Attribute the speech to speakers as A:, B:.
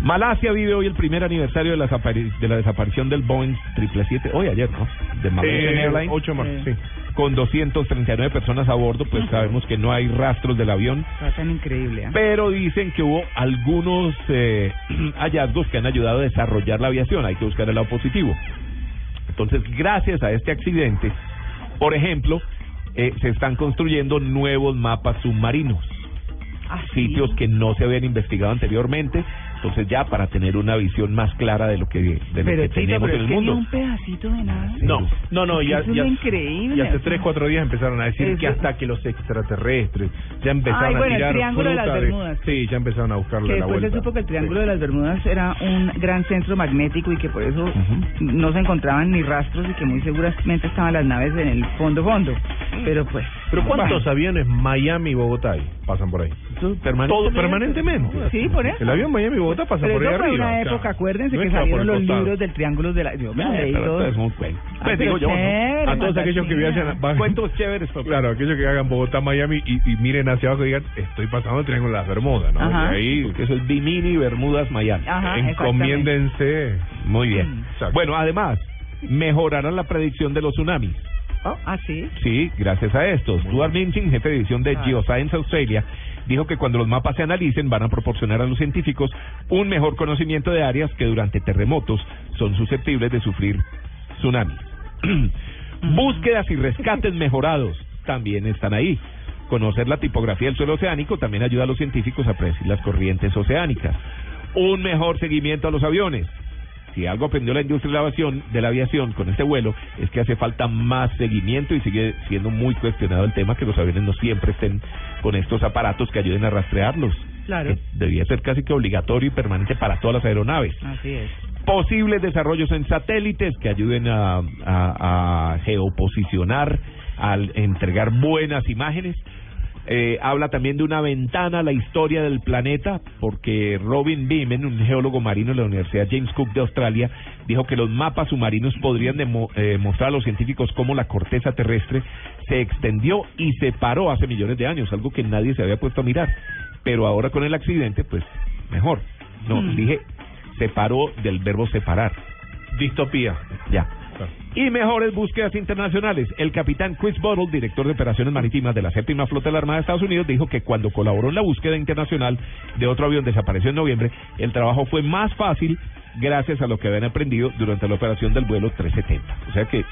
A: Malasia vive hoy el primer aniversario de la, de la desaparición del Boeing 777, hoy ayer, ¿no? De Malaysia
B: Eh,
A: Airlines.
B: 8 de marzo, sí.
A: Con 239 personas a bordo, pues sabemos que no hay rastros del avión,
C: Está tan increíble. ¿eh?
A: pero dicen que hubo algunos eh, hallazgos que han ayudado a desarrollar la aviación, hay que buscar el lado positivo. Entonces, gracias a este accidente, por ejemplo, eh, se están construyendo nuevos mapas submarinos
C: Ah, sí.
A: sitios que no se habían investigado anteriormente. Entonces ya para tener una visión más clara de lo que, de lo
C: Pero,
A: que
C: Tito,
A: tenemos
C: pero
A: en el
C: es que ni
A: mundo.
C: un pedacito de nada.
A: No, no, no,
C: Es que
A: ya,
C: eso es
A: ya,
C: lo increíble.
B: Y hace 3, 4 días empezaron a decir
C: Eso-
B: que hasta que los extraterrestres ya empezaron
C: Ay, bueno, el
B: a tirar
C: triángulo de las
B: fruta
C: Bermudas.
B: Sí, ya empezaron a buscarle
C: Que
B: la
C: después
B: vuelta.
C: se supo que el Triángulo
B: Sí.
C: de las Bermudas era un gran centro magnético y que por eso no se encontraban ni rastros y que muy seguramente estaban las naves en el fondo fondo. Pero pues...
B: Mm. Pero ¿cuántos
C: bueno,
B: aviones Miami y Bogotá hay? pasan por ahí?
A: todo
B: Todo
A: permanentemente.
B: permanentemente.
C: Sí, por eso.
B: El avión Miami y Bogotá pasa
C: Pero
B: por
C: eso
B: ahí
C: fue
B: arriba.
C: una
B: o sea,
C: época, acuérdense
B: no
C: que
B: es va por
C: salieron
B: el
C: los
B: costado.
C: libros del Triángulo de la... Yo me
A: Ah,
C: leí
A: pero
C: todos.
A: esto es muy bueno.
C: Ah,
A: Pues,
C: pero
A: digo yo, ¿no?
C: chévere,
B: A todos aquellos que
C: Martina.
B: viajan a-
A: Cuentos chéveres. papá.
B: Claro, aquellos que hagan Bogotá, Miami y, y miren hacia abajo y digan, estoy pasando el Triángulo de las Bermudas, ¿no?
C: Ajá.
B: Y ahí
A: Porque eso es Bimini, Bermudas, Miami.
C: Ajá, exactamente.
B: encomiéndense.
A: Muy bien.
C: Mm.
B: Exacto.
A: Bueno, además, mejorarán la predicción de los tsunamis.
C: Ah, sí.
A: Sí, gracias a esto. Stuart Minchin, jefe de edición de
C: Ah.
A: Geoscience Australia, dijo que cuando los mapas se analicen van a proporcionar a los científicos un mejor conocimiento de áreas que durante terremotos son susceptibles de sufrir tsunamis. Búsquedas y rescates mejorados también están ahí. Conocer la tipografía del suelo oceánico también ayuda a los científicos a predecir las corrientes oceánicas. Un mejor seguimiento a los aviones. Si algo aprendió la industria de la aviación, de la aviación con este vuelo es que hace falta más seguimiento y sigue siendo muy cuestionado el tema que los aviones no siempre estén con estos aparatos que ayuden a rastrearlos.
C: Claro.
A: Que debía ser casi que obligatorio y permanente para todas las aeronaves.
C: Así es.
A: Posibles desarrollos en satélites que ayuden a, a- a geoposicionar, al entregar buenas imágenes. Eh, habla también de una ventana a la historia del planeta, porque Robin Beeman, un geólogo marino de la Universidad James Cook de Australia, dijo que los mapas submarinos podrían demo- eh, mostrar a los científicos cómo la corteza terrestre se extendió y se paró hace millones de años, algo que nadie se había puesto a mirar. Pero ahora con el accidente, pues mejor. No,
C: Mm.
A: dije separó del verbo separar.
B: Distopía.
A: Ya. Y mejores búsquedas internacionales. El capitán Chris Bottle, director de operaciones marítimas de la séptima flota de la Armada de Estados Unidos, dijo que cuando colaboró en la búsqueda internacional de otro avión desaparecido en noviembre, el trabajo fue más fácil gracias a lo que habían aprendido durante la operación del vuelo 370. O sea que